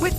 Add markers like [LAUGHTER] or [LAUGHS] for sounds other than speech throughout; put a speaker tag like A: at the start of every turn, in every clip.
A: With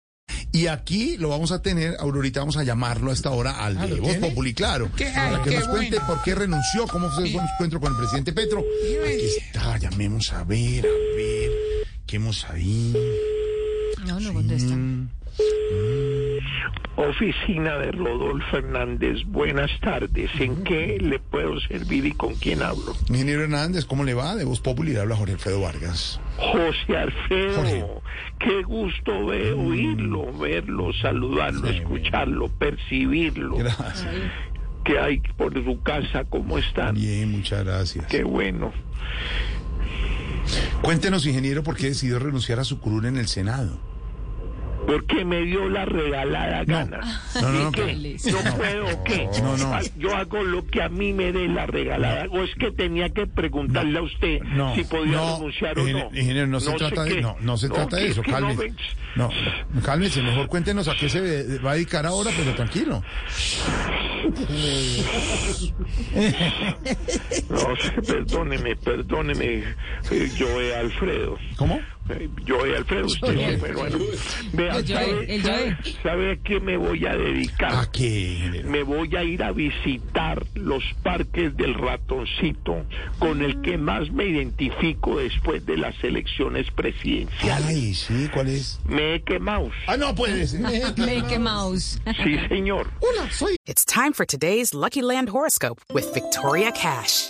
B: Y aquí lo vamos a tener, Aurorita, vamos a llamarlo a esta hora
C: Ah,
B: al de Voz Populi, claro. para que nos cuente por qué renunció, cómo fue su encuentro con el presidente Petro. Aquí está, llamemos a ver, a ver, qué hemos ahí.
D: No, no contesta.
C: Oficina de Rodolfo Hernández, buenas tardes. ¿En qué le puedo servir y con quién hablo?
B: Ingeniero Hernández, ¿cómo le va? De Voz Populi habla Jorge Alfredo Vargas.
C: José Alfredo,
B: Jorge.
C: qué gusto ve- oírlo, verlo, saludarlo,
B: Mm. Sí,
C: escucharlo, percibirlo.
B: Gracias.
C: ¿Qué hay por su casa? ¿Cómo están?
B: Bien, muchas gracias.
C: Qué bueno.
B: Cuéntenos, ingeniero, por qué decidió renunciar a su curul en el Senado.
C: [LAUGHS] Porque me dio la regalada gana.
B: No, no, no, pero-
C: ¿Qué? ¿Yo puedo o qué?
B: No, no.
C: Ah, Yo hago lo que a mí me dé la regalada. ¿O es que tenía que preguntarle a usted
B: No,
C: si podía
B: no,
C: renunciar o
B: ingeniero-
C: no?
B: ingeniero, no se
C: sé
B: trata
C: qué.
B: de, no, no se trata
C: que
B: de
C: es
B: eso,
C: que no
B: cálmese.
C: me-
B: No, cálmese, mejor cuéntenos a qué se de- va a dedicar ahora, pero tranquilo.
C: No, sí, perdóneme, perdóneme, eh, Joe Alfredo.
B: ¿Cómo?
C: Eh, Joe Alfredo, usted sí, pero bueno. Vea,
D: El Joe,
C: ¿sabe,
D: el Joe.
C: sabe- sabe a qué me voy a dedicar?
B: ¿A qué, ingeniero?
C: Me voy a ir a visitar los parques del ratoncito, con el que más me identifico después de las elecciones presidenciales.
B: Ay, sí, ¿cuál es?
C: Me he quemado.
B: Ah, no,
D: [LAUGHS]
B: pues.
D: Mickey Mouse.
C: Sí, señor.
B: Hola, soy
E: It's time for today's Lucky Land horoscope with Victoria Cash.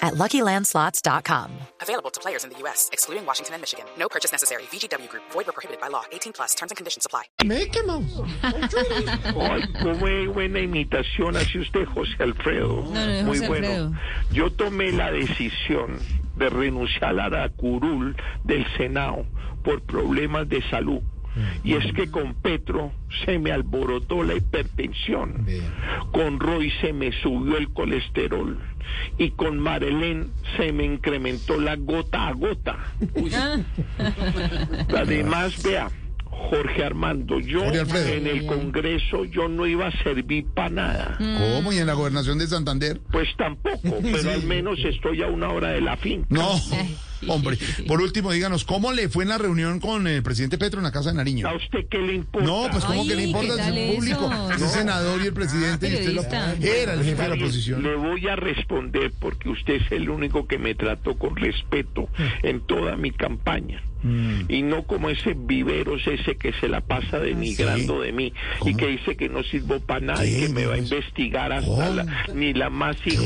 F: at luckylandslots.com.
E: Available to players in the U.S., excluding Washington and Michigan. No purchase necessary. VGW Group, void were prohibited by law. 18 plus terms and conditions apply.
B: Mickey Mouse.
C: Ay, cómo es buena imitación hace usted, José Alfredo.
D: No, no, es
C: Muy
D: José
C: bueno.
D: Alfredo.
C: Yo tomé la decisión de renunciar a la curul del Senado por problemas de salud. Y es que con Petro se me alborotó la hipertensión. Con Roy se me subió el colesterol. Y con Marelén se me incrementó la gota a gota. Además, vea, Jorge Armando, yo
B: Jorge Alfredo.
C: en el Congreso yo no iba a servir para nada.
B: ¿Cómo? ¿Y en la gobernación de Santander?
C: Pues
B: [LAUGHS]
C: tampoco, pero al menos estoy a una hora de la finca.
D: [LAUGHS]
B: No, hombre. Por último, díganos, ¿cómo le fue en la reunión con el presidente Petro en la Casa de Nariño?
C: ¿A usted qué le importa?
B: No, pues ¿cómo
D: Ay,
B: que le
D: ¿qué
B: importa
D: tal
B: el público?
D: eso?
B: Es el senador y el presidente. y usted lo-
D: periodista.
B: era el jefe de la oposición.
C: Le voy a responder porque usted es el único que me trató con respeto
B: Mm.
C: en toda mi campaña. Y no como ese viveros ese que se la pasa denigrando
B: Sí.
C: de mí y
B: ¿Cómo?
C: que dice que no sirvo para nada
B: ¿Qué?
C: y que me va a
B: No, eso-
C: investigar hasta
B: ¿Cómo?
C: la, ni la más hijo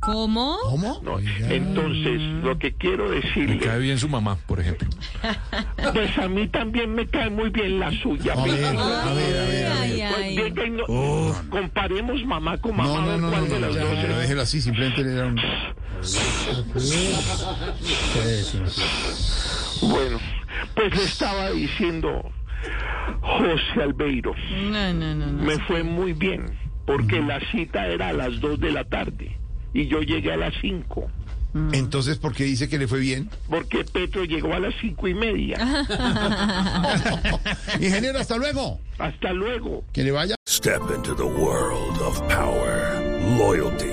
D: ¿Cómo?
B: ¿Cómo?
C: No, entonces, lo que quiero
G: Me cae
C: decirle,
G: bien su mamá, por ejemplo.
C: [LAUGHS] pues a mí también me cae muy bien la suya.
B: A ver,
C: Pues,
B: a ver, a ver. a ver.
D: Ay, ay.
C: venga y no- comparemos mamá con mamá.
B: No,
C: a
B: no,
C: ver
B: no, no,
C: cuál de
B: no,
C: las
B: ya,
C: dos
B: no,
C: es.
B: déjelo así, simplemente le era un...
C: Bueno, pues le estaba diciendo José Albeiro,
D: No, no, no. no.
C: me fue muy bien, porque la cita era a las 2 de la tarde y yo llegué a las 5,
B: Entonces, ¿por qué dice que le fue bien?
C: porque Petro llegó a las 5 y media.
B: Ingeniero, hasta luego.
C: Hasta luego.
B: Que le vaya.
H: Step into the world of power, loyalty,